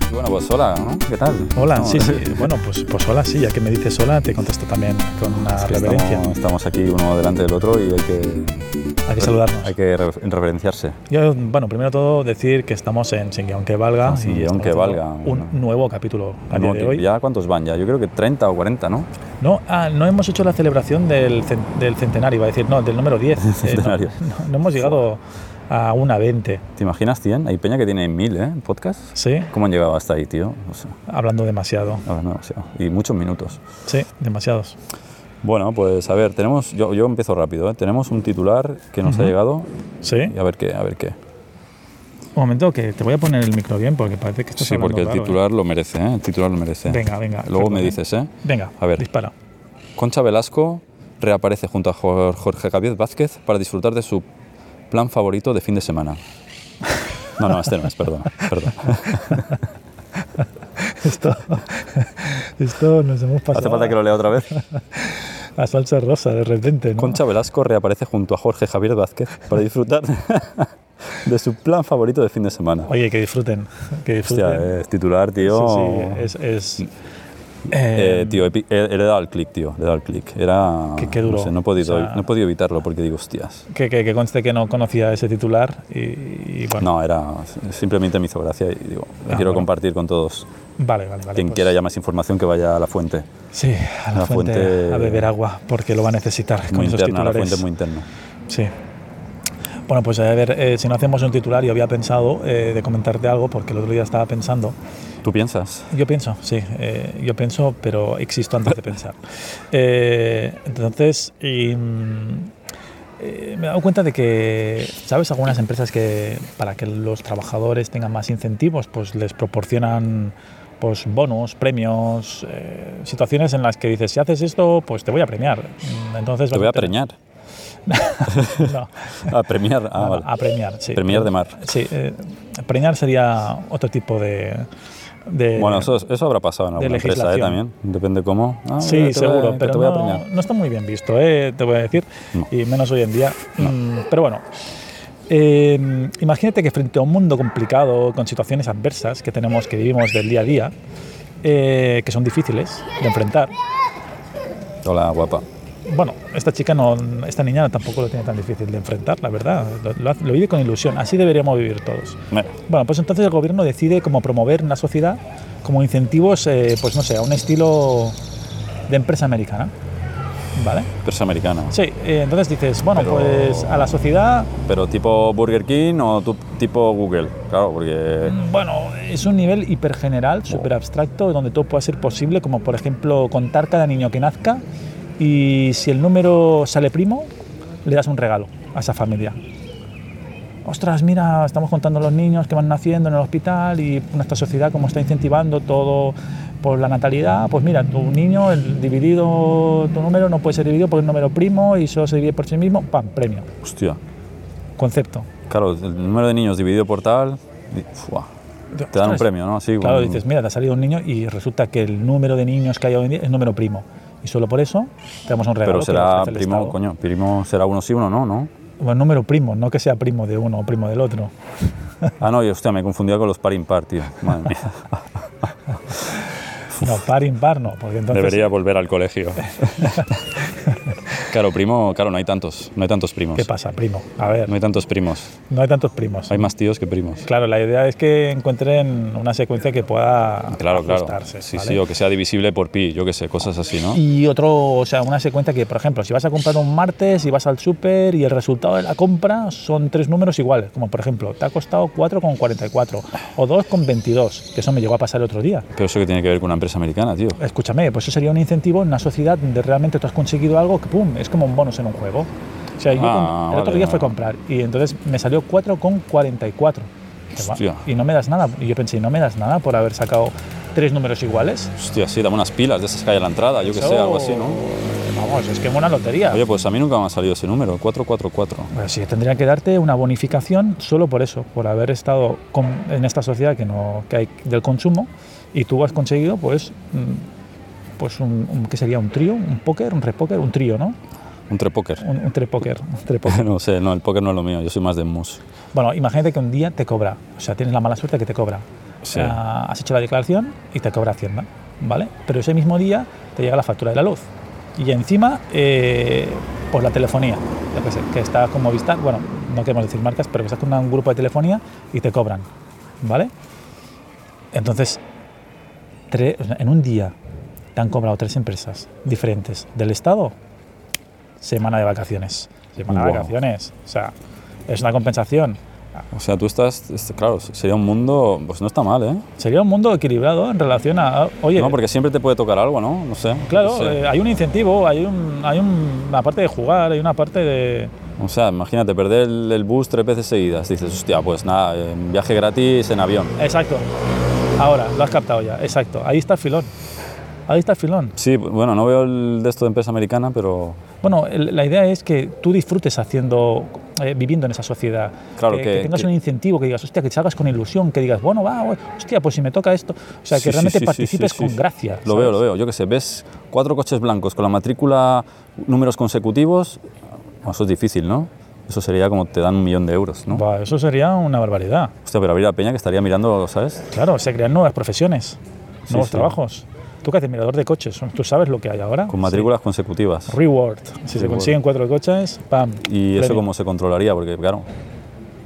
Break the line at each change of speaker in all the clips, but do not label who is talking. Carlos, pues hola, ¿no? ¿Qué tal?
Hola,
No,
sí, sí. Bueno, pues, pues hola, sí, ya que me dices hola, te contesto también con una
es que
reverencia.
estamos, estamos aquí uno delante del otro y hay que,
Hay que saludarnos.
Hay que re- reverenciarse.
Yo, bueno, primero todo decir que estamos en Sin Guión que Valga.
Sin
y
Guión
estamos
que
haciendo
Ah, Valga,
Un
¿no?
nuevo capítulo a día
No,
de
que-
hoy.
¿Ya cuántos van ya? Yo creo que 30 o 40, ¿no?
No, ah, no hemos hecho la celebración del, cen- del centenario, iba a decir, no, del número 10. Eh, no,
centenario.
no, no hemos llegado a una 20,
¿Te imaginas 100? Hay peña que tiene 1000, ¿eh? Podcasts.
¿sí?
¿Cómo han llegado hasta ahí, tío? O sea,
Hablando demasiado,
ahora no, o sea, y muchos minutos.
sí, demasiados.
Bueno, pues a ver, tenemos, yo, yo empiezo rápido, ¿eh? Tenemos un titular que nos ha llegado
¿Sí?
y a ver qué, a ver qué.
Un momento, que te voy a poner el micro bien porque parece que estás
Sí,
hablando
porque el
raro, ¿eh?
titular lo merece, ¿eh? El titular lo merece.
Venga, venga.
Luego
perdón,
me
¿eh?
dices, ¿eh?
Venga,
A ver.
dispara.
Concha Velasco reaparece junto a Jo- Jorge Javier Vázquez para disfrutar de su plan favorito de fin de semana. No, no, este no es, perdón. perdón.
Esto, esto nos hemos pasado
¿Hace falta que lo lea otra vez?
a salsa rosa de repente, ¿no?
Concha Velasco reaparece junto a Jorge Javier Vázquez para disfrutar de su plan favorito de fin de semana.
Oye, que disfruten, que disfruten.
Hostia, eh, es titular,
Sí,
tío.
sí, es... es- eh,
Eh, tío, he, pi- he- he dado al clic, tío. Le he dado al clic. Era.
Qué- qué
No,
duro.
sé, no he podido,
O sea-
no he podido evitarlo porque digo, hostias.
que, que- que conste que no conocía ese titular y, y bueno.
No, era. Simplemente me hizo gracia y digo, lo
Ah,
quiero
bueno.
compartir con todos.
Vale, vale, vale.
Quien
pues-
quiera ya más información que vaya a la fuente.
Sí, a la,
la
fuente,
fuente-
a beber agua, porque lo va a necesitar con
Muy
esos
interna, la
titulares.
fuente es muy interna.
Sí. Bueno, pues a ver, eh, si no hacemos un titular, yo había pensado eh, de comentarte algo, porque el otro día estaba pensando.
¿Tú piensas?
Yo pienso, sí, eh, yo pienso, pero existo antes de pensar. Eh, entonces, y, mm, eh, me he dado cuenta de que, ¿sabes? Algunas empresas que para que los trabajadores tengan más incentivos, pues les proporcionan pues, bonos, premios, eh, situaciones en las que dices, si haces esto, pues te voy a premiar. Mm, Entonces,
Te voy a premiar.
No,
A premiar. Ah,
no,
vale.
a premiar, sí.
Premiar de mar.
Sí, eh, premiar sería otro tipo de... de
Bueno, eso, eso habrá pasado en
de
alguna empresa ¿eh?
legislación.
también. Depende cómo. Ah,
Sí,
mira, te voy a-
seguro,
que
pero
te voy a
no,
premiar.
no está muy bien visto, ¿eh? te voy a decir,
No.
y menos hoy en día. Mm, pero bueno, eh, imagínate que frente a un mundo complicado, con situaciones adversas que tenemos, que vivimos del día a día, eh, que son difíciles de enfrentar,
Hola, guapa.
bueno, esta chica no, esta niña tampoco lo tiene tan difícil de enfrentar, la verdad, lo, lo hace- lo vive con ilusión, así deberíamos vivir todos.
Bueno,
Bueno, pues entonces el gobierno decide como promover en la sociedad como incentivos, eh, pues no sé, a un estilo de empresa americana, ¿vale?
empresa americana.
Sí, eh, entonces dices, bueno,
Pero-
pues a la sociedad,
Pero tipo Burger King o tu- tipo Google. Claro, porque.
Mm, bueno, es un nivel hipergeneral, súper abstracto, donde todo puede ser posible, como por ejemplo contar cada niño que nazca y si el número sale primo, le das un regalo a esa familia. Ostras, mira, estamos contando los niños que van naciendo en el hospital y nuestra sociedad como está incentivando todo por la natalidad, pues mira, tu niño, el dividido, tu número no puede ser dividido por el número primo y solo se divide por sí mismo, ¡pam! Premio.
Hostia.
Concepto.
Claro, el número de niños dividido por tal. y- fuá. Te dan un
Ostras.
premio, ¿no? Así,
Claro,
un-
dices, mira, te ha salido un niño y resulta que el número de niños que hay hoy en día es número primo. Y solo por eso te damos un regalo.
Pero
que
será
nos hace el
primo,
Estado.
coño. Primo será uno sí, uno no, ¿no?
Bueno, número primo, no que sea primo de uno o primo del otro.
Ah, no, y hostia, me confundía con los par impar, tío. Madre mía.
No, par impar no, porque entonces...
Debería volver al colegio. claro, primo, claro, no hay tantos, no hay tantos primos.
¿Qué pasa, primo? A ver,
No hay tantos primos.
no hay tantos primos.
Hay más tíos que primos.
Claro, la idea es que encuentren una secuencia que pueda
Claro, claro.
ajustarse,
Sí,
¿vale?
sí, o que sea divisible por pi, yo qué sé, cosas así, ¿no?
Y otro, o sea, una secuencia que, por ejemplo, si vas a comprar un martes y vas al súper y el resultado de la compra son tres números iguales, como por ejemplo, te ha costado 4,44 o 2,22, que eso me llegó a pasar el otro día.
Pero eso que tiene que ver con una empresa americana, tío.
Escúchame, pues eso sería un incentivo en una sociedad donde realmente tú has conseguido algo que, pum, es como un bonus en un juego. O sea, yo
Ah,
com- el otro
vale, vale.
día fue a comprar y entonces me salió 4,44. Que va,
Hostia.
Y no me das nada. Y yo pensé, no me das nada por haber sacado tres números iguales.
Hostia, sí, dame unas pilas de esas que hay a la entrada, yo qué sé,
Eso,
algo así, ¿no?
Vamos, es que es una lotería.
Oye, pues a mí nunca me ha salido ese número, 444.
Bueno, sí, tendría que darte una bonificación solo por eso, por haber estado con- en esta sociedad que no que hay del consumo y tú has conseguido, pues, mm, pues un, un- ¿qué sería? ¿Un trío? ¿Un póker? ¿Un repóker? ¿Un trío, no?
Un trepóker.
Un, un trepóker. un trepóker.
no sé, no, el póker no es lo mío, yo soy más de mus.
bueno, imagínate que un día te cobra, o sea, tienes la mala suerte que te cobra
Sí.
Ah, has hecho la declaración y te cobra Hacienda, ¿vale? Pero ese mismo día te llega la factura de la luz. Y encima, eh, pues la telefonía, yo qué sé, que estás con Movistar, bueno, no queremos decir marcas, pero que estás con un grupo de telefonía y te cobran, ¿vale? Entonces, tre- o sea, en un día te han cobrado tres empresas diferentes del Estado, semana de vacaciones. Semana de
Guau.
vacaciones, o sea, es una compensación.
O sea, tú estás, es- claro, sería un mundo, pues no está mal, ¿eh?
Sería un mundo equilibrado en relación a, oye,
No, porque siempre te puede tocar algo, ¿no? No sé.
Claro,
no sé.
eh, hay un incentivo, hay, un- hay un- una parte de jugar, hay una parte de...
O sea, imagínate, perder el, el bus tres veces seguidas. Dices, hostia, pues nada, eh, viaje gratis en avión.
Exacto. Ahora, lo has captado ya, exacto. Ahí está el filón. Ahí está el filón.
Sí, bueno, no veo el de esto de empresa americana, pero
Bueno, el- la idea es que tú disfrutes haciendo, eh, viviendo en esa sociedad.
Claro,
que,
que-
tengas
que-
un incentivo, que digas, hostia, que salgas con ilusión, que digas, bueno, va, hostia, pues si me toca esto. O sea, que
Sí, sí,
realmente
sí, sí,
participes
sí, sí.
con gracia.
lo
¿sabes?
veo, lo veo. Yo qué sé, ves cuatro coches blancos con la matrícula, números consecutivos. Bueno, eso es difícil, ¿no? Eso sería como te dan un millón de euros, ¿no?
Buah, eso sería una barbaridad.
Hostia, pero habría peña que estaría mirando, ¿sabes?
Claro, se crean nuevas profesiones,
Sí,
nuevos
sí.
trabajos. Tú que haces mirador de coches, tú sabes lo que hay ahora.
Con matrículas consecutivas.
Reward. Si se
Reward.
consiguen cuatro coches, pam.
¿Y eso
premio.
cómo se controlaría? Porque, claro,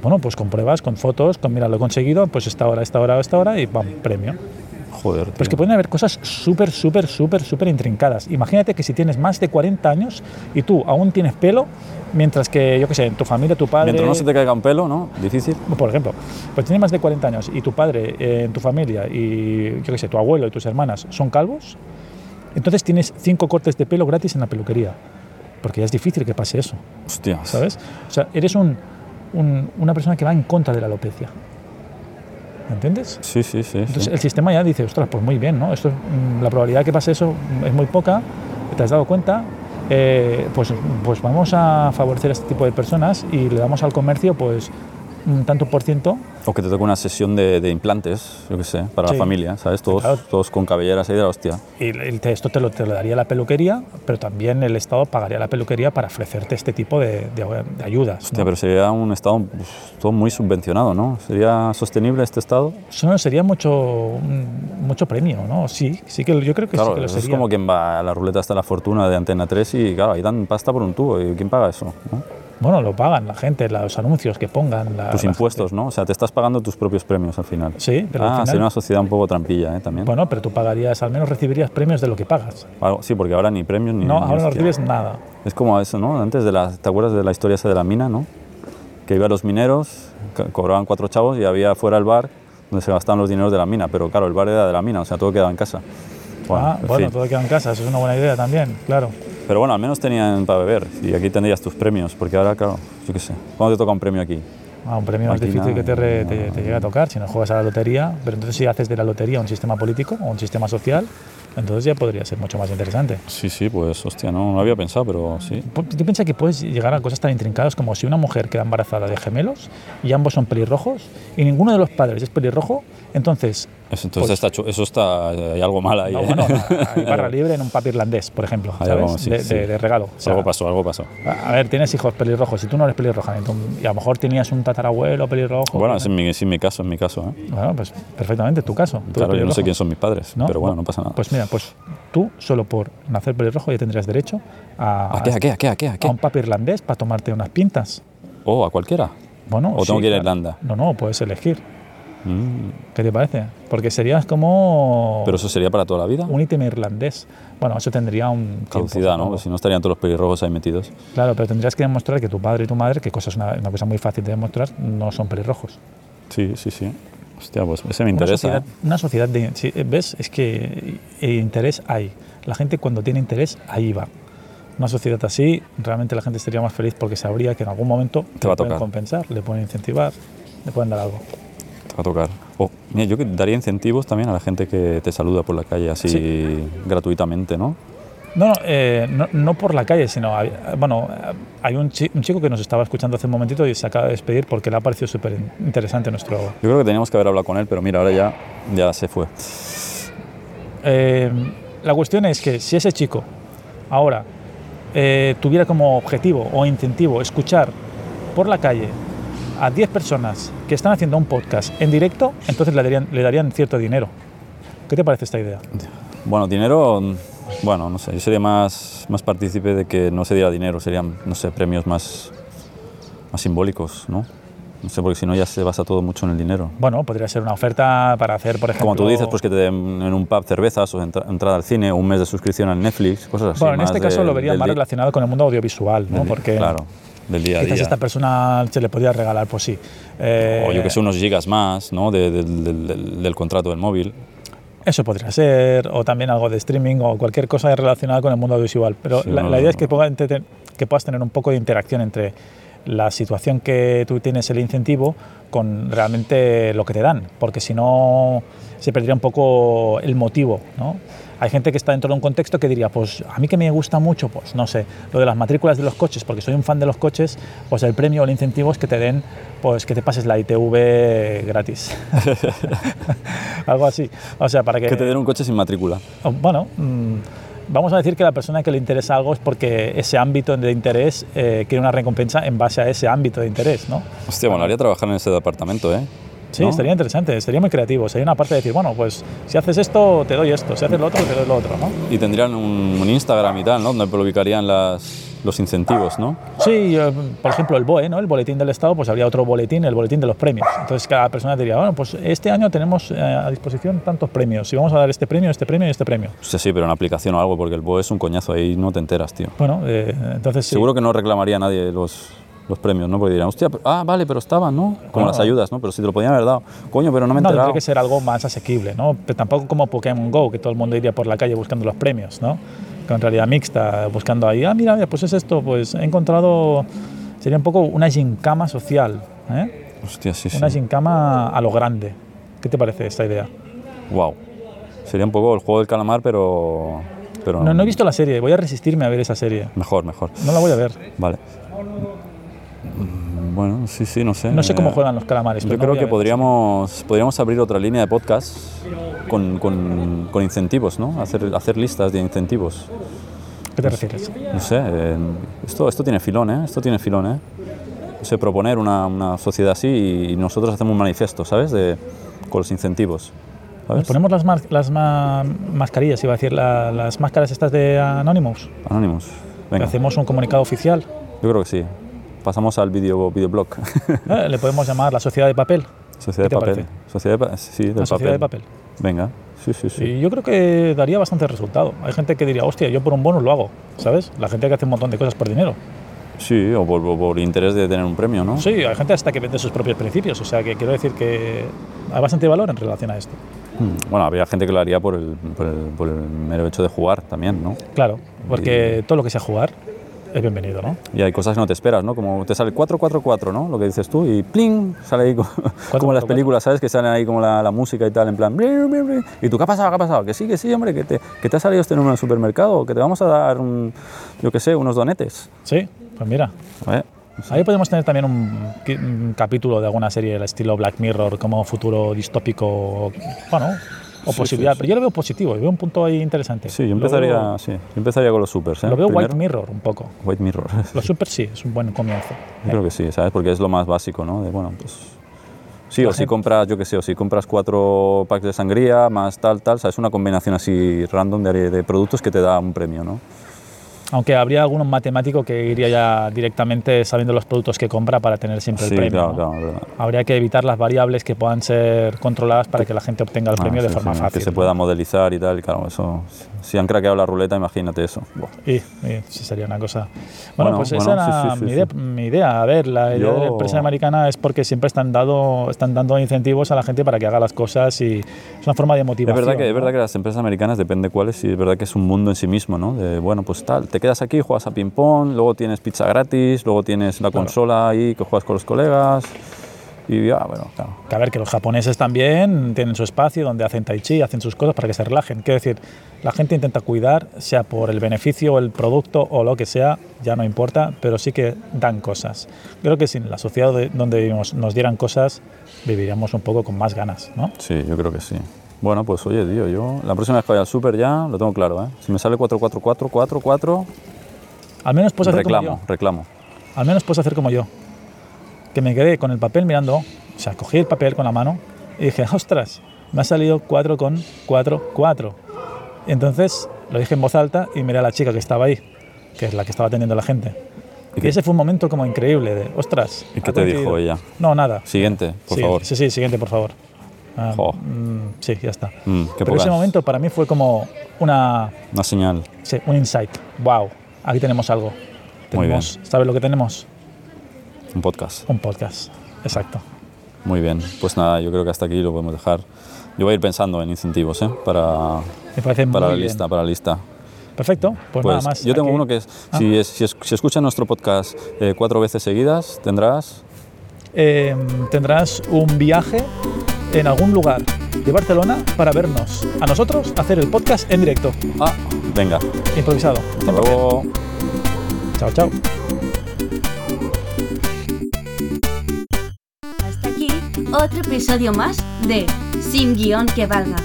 Bueno, pues con pruebas, con fotos, con mira, lo he conseguido, pues esta hora, esta hora, esta hora y pam, premio.
joder.
Pero es que
tío.
pueden haber cosas súper, súper, súper, súper intrincadas. Imagínate que si tienes más de 40 años y tú aún tienes pelo, mientras que, yo qué sé, en tu familia, tu padre.
Mientras no se te caiga un pelo, ¿no? Difícil.
Por ejemplo, pues tienes más de 40 años y tu padre eh, en tu familia y, yo qué sé, tu abuelo y tus hermanas son calvos, entonces tienes cinco cortes de pelo gratis en la peluquería. Porque ya es difícil que pase eso.
Hostias.
¿sabes? O sea, eres un, un- una persona que va en contra de la alopecia. ¿Me entiendes?
Sí, sí, sí. sí.
Entonces el sistema ya dice, ostras, pues muy bien, ¿no? Esto, es- mm, la probabilidad que pase eso mm, es muy poca, te has dado cuenta, eh, pues, pues vamos a favorecer a este tipo de personas y le damos al comercio pues un tanto por ciento.
O que te toque una sesión de, de implantes, yo qué sé, para
Sí.
la familia, ¿sabes? Todos,
Claro.
todos con cabelleras ahí de la hostia.
Y el- te- esto te lo, te lo daría la peluquería, pero también el Estado pagaría la peluquería para ofrecerte este tipo de, de- de ayudas.
Hostia, pero sería un estado pues, todo muy subvencionado, ¿no? ¿Sería sostenible este estado?
Eso no sería mucho, mm, mucho premio, ¿no? Sí, sí que yo creo que sí
claro,
que lo
eso es
sería.
como quien va a la ruleta hasta la fortuna de Antena 3 y, claro, ahí dan pasta por un tubo. ¿Y quién paga eso? no?
Bueno, lo pagan la gente, la- los anuncios que pongan. la-
Tus
la
impuestos, ¿no? O sea, te estás pagando tus propios premios al final.
Sí, pero al
Ah,
final-
sería una sociedad un poco trampilla, ¿eh? También.
gente. Bueno, pero tú pagarías, al menos recibirías premios de lo que pagas.
Algo- sí, porque ahora ni premios ni.
No,
ni
ahora no
hostia.
recibes nada.
Es como eso, ¿no? Antes de las, ¿te acuerdas de la historia esa de la mina, no? Que iba a los mineros, co- cobraban cuatro chavos y había fuera el bar donde se gastaban los dineros de la mina, pero claro, el bar era de la mina, o sea, todo quedaba en casa. Bueno, pues.
ah,
en
bueno,
fin.
todo queda en casa, eso es una buena idea también, claro.
Pero bueno, al menos tenían para beber y aquí tendrías tus premios, porque ahora, claro, yo qué sé, ¿cuándo te toca un premio aquí?
Ah, un premio es
Aquí
difícil
nada,
que te, re- te- te llegue a tocar si no juegas a la lotería, pero entonces si haces de la lotería un sistema político o un sistema social, entonces ya podría ser mucho más interesante.
Sí, sí, pues hostia, no, no había pensado, pero sí.
Po- Yo pienso que puedes llegar a cosas tan intrincadas como si una mujer queda embarazada de gemelos y ambos son pelirrojos y ninguno de los padres es pelirrojo, entonces
Eso, entonces
Pues-
está chu- eso está, hay algo mal ahí.
No,
¿eh?
bueno, hay barra libre en un papel irlandés, por ejemplo,
Ahí
¿sabes?
vamos, sí,
de,
sí.
de- de regalo. o sea,
algo pasó, algo pasó.
a a ver, tienes hijos pelirrojos y tú no eres pelirroja, entonces, y a lo mejor tenías un tatarabuelo pelirrojo.
Bueno,
¿no?
es en mi, es en mi caso, en mi caso. ¿eh?
Bueno, pues perfectamente, tu caso. tú eres
Claro, yo no sé
pelirrojo,
quién son mis padres,
¿no?
pero bueno, no pasa nada.
Pues mira, pues tú solo por nacer pelirrojo ya tendrías derecho a,
¿A qué, a qué, a qué, a qué? a qué?
a un papel irlandés para tomarte unas pintas.
¿O a cualquiera?
Bueno,
¿O
sí,
tengo que ir a
claro.
Irlanda?
No, no, puedes elegir.
Mm,
¿Qué te parece? Porque serías como
Pero eso sería para toda la vida.
un ítem irlandés. Bueno, eso tendría un
Caducidad, ¿no?
supongo.
Porque si no estarían todos los pelirrojos ahí metidos.
Claro, pero tendrías que demostrar que tu padre y tu madre, que cosa es una, una cosa muy fácil de demostrar, no son pelirrojos.
Sí, sí, sí. Hostia, pues ese me
Una
interesa.
sociedad,
¿eh?
una sociedad de... sí, eh, ¿Ves? Es que eh, interés hay. La gente cuando tiene interés, ahí va. Una sociedad así, realmente la gente sería más feliz porque sabría que en algún momento
Te va
le
a
pueden
tocar.
compensar, le pueden incentivar, le pueden dar algo.
Te va a tocar. Oh, mira, yo que daría incentivos también a la gente que te saluda por la calle así gratuitamente, ¿no?
No, no, eh, no, no por la calle, sino, hay- bueno, hay un, chi- un chico que nos estaba escuchando hace un momentito y se acaba de despedir porque le ha parecido súper interesante nuestro,
Yo creo que teníamos que haber hablado con él, pero mira, ahora ya, ya se fue.
Eh, la cuestión es que si ese chico ahora eh, tuviera como objetivo o incentivo escuchar por la calle a 10 personas que están haciendo un podcast en directo, entonces le darían, le darían cierto dinero. ¿Qué te parece esta idea?
Bueno, dinero, bueno, no sé, yo sería más, más partícipe de que no se diera dinero, serían, no sé, premios más, más simbólicos, ¿no? No sé, porque si no ya se basa todo mucho en el dinero.
Bueno, podría ser una oferta para hacer, por ejemplo...
Como tú dices, pues que te den en un pub cervezas o entra- entrada al cine o un mes de suscripción al Netflix, cosas así.
bueno, en
más
este caso
de-
lo vería
del
más
di-
relacionado con el mundo audiovisual,
del
¿no?
di-
Porque
Claro, del día a
quizás
día.
esta persona se le podía regalar, pues sí. Eh,
o yo que sé, unos gigas más ¿no? de- del- del- del- del contrato del móvil.
Eso podría ser, o también algo de streaming o cualquier cosa relacionada con el mundo audiovisual. Pero
Sí,
la,
no,
la idea
no.
es que, ponga- te- te- que puedas tener un poco de interacción entre la situación que tú tienes, el incentivo, con realmente lo que te dan, porque si no se perdería un poco el motivo. ¿no? Hay gente que está dentro de un contexto que diría, pues a mí que me gusta mucho, pues no sé, lo de las matrículas de los coches, porque soy un fan de los coches, pues el premio o el incentivo es que te den, pues que te pases la ITV gratis. Algo así. O sea, para que...
Que te den un coche sin matrícula.
O, Bueno, mm, vamos a decir que la persona que le interesa algo es porque ese ámbito de interés eh, quiere una recompensa en base a ese ámbito de interés, ¿no?
Hostia, molaría trabajar en ese departamento, ¿eh?
Sí,
¿No?
sería interesante, sería muy creativo. Sería una parte de decir, bueno, pues si haces esto, te doy esto, si haces lo otro, te doy lo otro, ¿no?
Y tendrían un, un Instagram y tal, ¿no? Donde publicarían las, los incentivos, ¿no?
Sí, eh, por ejemplo, el BOE, ¿no? el boletín del Estado, pues habría otro boletín, el boletín de los premios. Entonces cada persona diría, bueno, pues este año tenemos eh, a disposición tantos premios, y vamos a dar este premio, este premio y este premio.
Sí, sí, pero una aplicación o algo, porque el BOE es un coñazo, ahí no te enteras, tío.
Bueno, eh, entonces sí.
Seguro que no reclamaría nadie los, los premios, ¿no? Porque dirán, hostia, pero- ah, vale, pero estaban, ¿no? Como
Claro.
las ayudas, ¿no? Pero si te lo podían haber dado. Coño, pero no me he
No,
enterado.
tendría que ser algo más asequible, ¿no? Pero tampoco como Pokémon Go, que todo el mundo iría por la calle buscando los premios, ¿no? Con realidad mixta, buscando ahí, ah, mira, mira, pues es esto, pues he encontrado. Sería un poco una gincama social, ¿eh?
Hostia, sí, sí.
Una gincama a lo grande. ¿Qué te parece esta idea?
Wow. Sería un poco el juego del calamar, pero. pero
No, no he visto la serie, voy a resistirme a ver esa serie.
Mejor, mejor.
No la voy a ver.
Vale. Mm, Bueno, sí, sí, no sé.
No sé cómo
Eh,
juegan los calamares.
Yo
pero no
creo
voy a
que
ver.
podríamos, podríamos abrir otra línea de podcast con, con- con incentivos, ¿no? Hacer, hacer listas de incentivos.
¿Qué te refieres?
No sé, eh, esto, esto tiene filón, ¿eh? Esto tiene filón, ¿eh? No sé, proponer una, una sociedad así y nosotros hacemos un manifiesto, ¿sabes? De, con los incentivos.
Nos
¿Sabes?
ponemos las, mar- las ma- mascarillas, iba a decir, la- las máscaras estas de Anonymous.
Anónimos. Venga, yo
Hacemos un comunicado oficial.
creo que sí. Pasamos al video, videoblog.
Eh, Le podemos llamar la sociedad de papel.
sociedad
te
de papel.
parece?
Sociedad de, pa- sí, del
La sociedad de
Venga, sí, sí, sí.
Y yo creo que daría bastante resultado. Hay gente que diría, hostia, yo por un bonus lo hago, ¿sabes? La gente que hace un montón de cosas por dinero.
Sí, o por, por- por interés de tener un premio, ¿no?
Sí, hay gente hasta que vende sus propios principios. O sea, que quiero decir que hay bastante valor en relación a esto.
Mm, Bueno, habría gente que lo haría por el, por el- por el mero hecho de jugar también, ¿no?
Claro, porque todo lo que sea jugar es bienvenido, ¿no?
Y hay cosas que no te esperas, ¿no? Como te sale 444, ¿no? Lo que dices tú, y ¡pling! Sale ahí como, como las
444.
películas, ¿sabes? Que salen ahí como la, la música y tal, en plan... "Bri, bri, bri". Y tú, ¿qué ha pasado? ¿Qué ha pasado? Que sí, que sí, hombre, que te, que te ha salido este número en el supermercado, que te vamos a dar, un, yo qué sé, unos donetes.
Sí, pues mira.
¿eh?
Ahí podemos tener también un, qui- un capítulo de alguna serie del estilo Black Mirror, como futuro distópico, bueno, o
Sí,
posibilidad.
sí, sí.
Pero yo lo veo positivo, yo veo un punto ahí interesante.
Sí, yo
Lo
empezaría,
veo-
sí, yo empezaría con los supers, ¿eh?
Lo veo
Primero,
White Mirror un poco.
White Mirror.
Lo super sí, es un buen comienzo.
Yo creo que sí, ¿sabes? Porque es lo más básico, ¿no? De, bueno, pues... Sí, o si
gente-
compras, yo qué sé, o si compras cuatro packs de sangría, más tal, tal, ¿sabes? Una combinación así random de, de productos que te da un premio, ¿no?
Aunque habría algún matemático que iría ya directamente sabiendo los productos que compra para tener siempre
Sí,
el
claro,
premio. ¿no?
claro, es verdad.
Habría que evitar las variables que puedan ser controladas para que la gente obtenga el
Ah,
premio de
sí,
forma
sí,
fácil.
Que se
¿no?
pueda modelizar y tal, claro, eso... Si han craqueado la ruleta, imagínate eso. Buah.
Y, y sí, sería una cosa. Bueno,
Bueno,
pues
bueno,
esa era
sí, sí, sí,
mi,
sí.
idea, mi idea. A ver, la idea de la
Yo-
empresa americana es porque siempre están, dado, están dando incentivos a la gente para que haga las cosas y es una forma de
Es
motivación.
verdad, que, es
¿no?
verdad que las empresas americanas, depende cuáles, y es verdad que es un mundo en sí mismo, ¿no? De, bueno, pues tal, te quedas aquí, juegas a ping-pong, luego tienes pizza gratis, luego tienes la
Claro.
consola ahí que juegas con los colegas, y ya, bueno, claro.
Que a ver, que los japoneses también tienen su espacio donde hacen tai chi, hacen sus cosas para que se relajen. Quiero decir, la gente intenta cuidar, sea por el beneficio, el producto o lo que sea, ya no importa, pero sí que dan cosas. Creo que si en la sociedad de- donde vivimos nos dieran cosas, viviríamos un poco con más ganas, ¿no?
Sí, yo creo que sí. Bueno, pues oye, tío, yo la próxima vez que vaya al súper ya lo tengo claro, ¿eh? Si me sale 44444,
Al menos puedes hacer
reclamo,
Pues como yo.
reclamo.
Al menos puedes hacer como yo. que me quedé con el papel mirando, o sea, cogí el papel con la mano y dije, ostras, me ha salido 4,44. Entonces lo dije en voz alta y miré a la chica que estaba ahí, que es la que estaba atendiendo a la gente.
¿Y
Y
qué-
ese fue un momento como increíble de, ostras.
¿Y
ha
qué te dijo
coincidido".
ella?
No, nada.
Siguiente, por
sí,
favor.
Sí, sí, siguiente, por favor. Ah,
Jo.
mm, sí, ya está.
Mm, qué
Pero ese
pocas.
momento para mí fue como una,
Una señal.
sí, un insight. Wow, aquí tenemos algo.
Muy bien.
Tenemos, ¿Sabes lo que tenemos?
Un podcast.
Un podcast. Exacto.
Muy bien. Pues nada, yo creo que hasta aquí lo podemos dejar. Yo voy a ir pensando en incentivos, ¿eh? Para,
Me parece
para
muy
la
bien.
lista, para la lista.
Perfecto. Pues,
Pues
nada más.
yo tengo
Aquí- Ah.
uno que es, si, es- si, es- si escuchas nuestro podcast eh, cuatro veces seguidas, tendrás...
eh, tendrás un viaje en algún lugar de Barcelona para vernos. A nosotros hacer el podcast en directo,
Ah, venga. Hasta
improvisado.
luego.
Chao, chao.
Hasta aquí otro episodio más de Sin guión que valga.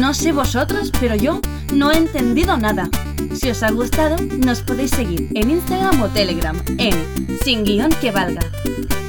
No sé vosotros, pero yo no he entendido nada. Si os ha gustado, nos podéis seguir en Instagram o Telegram en Sin guión que valga.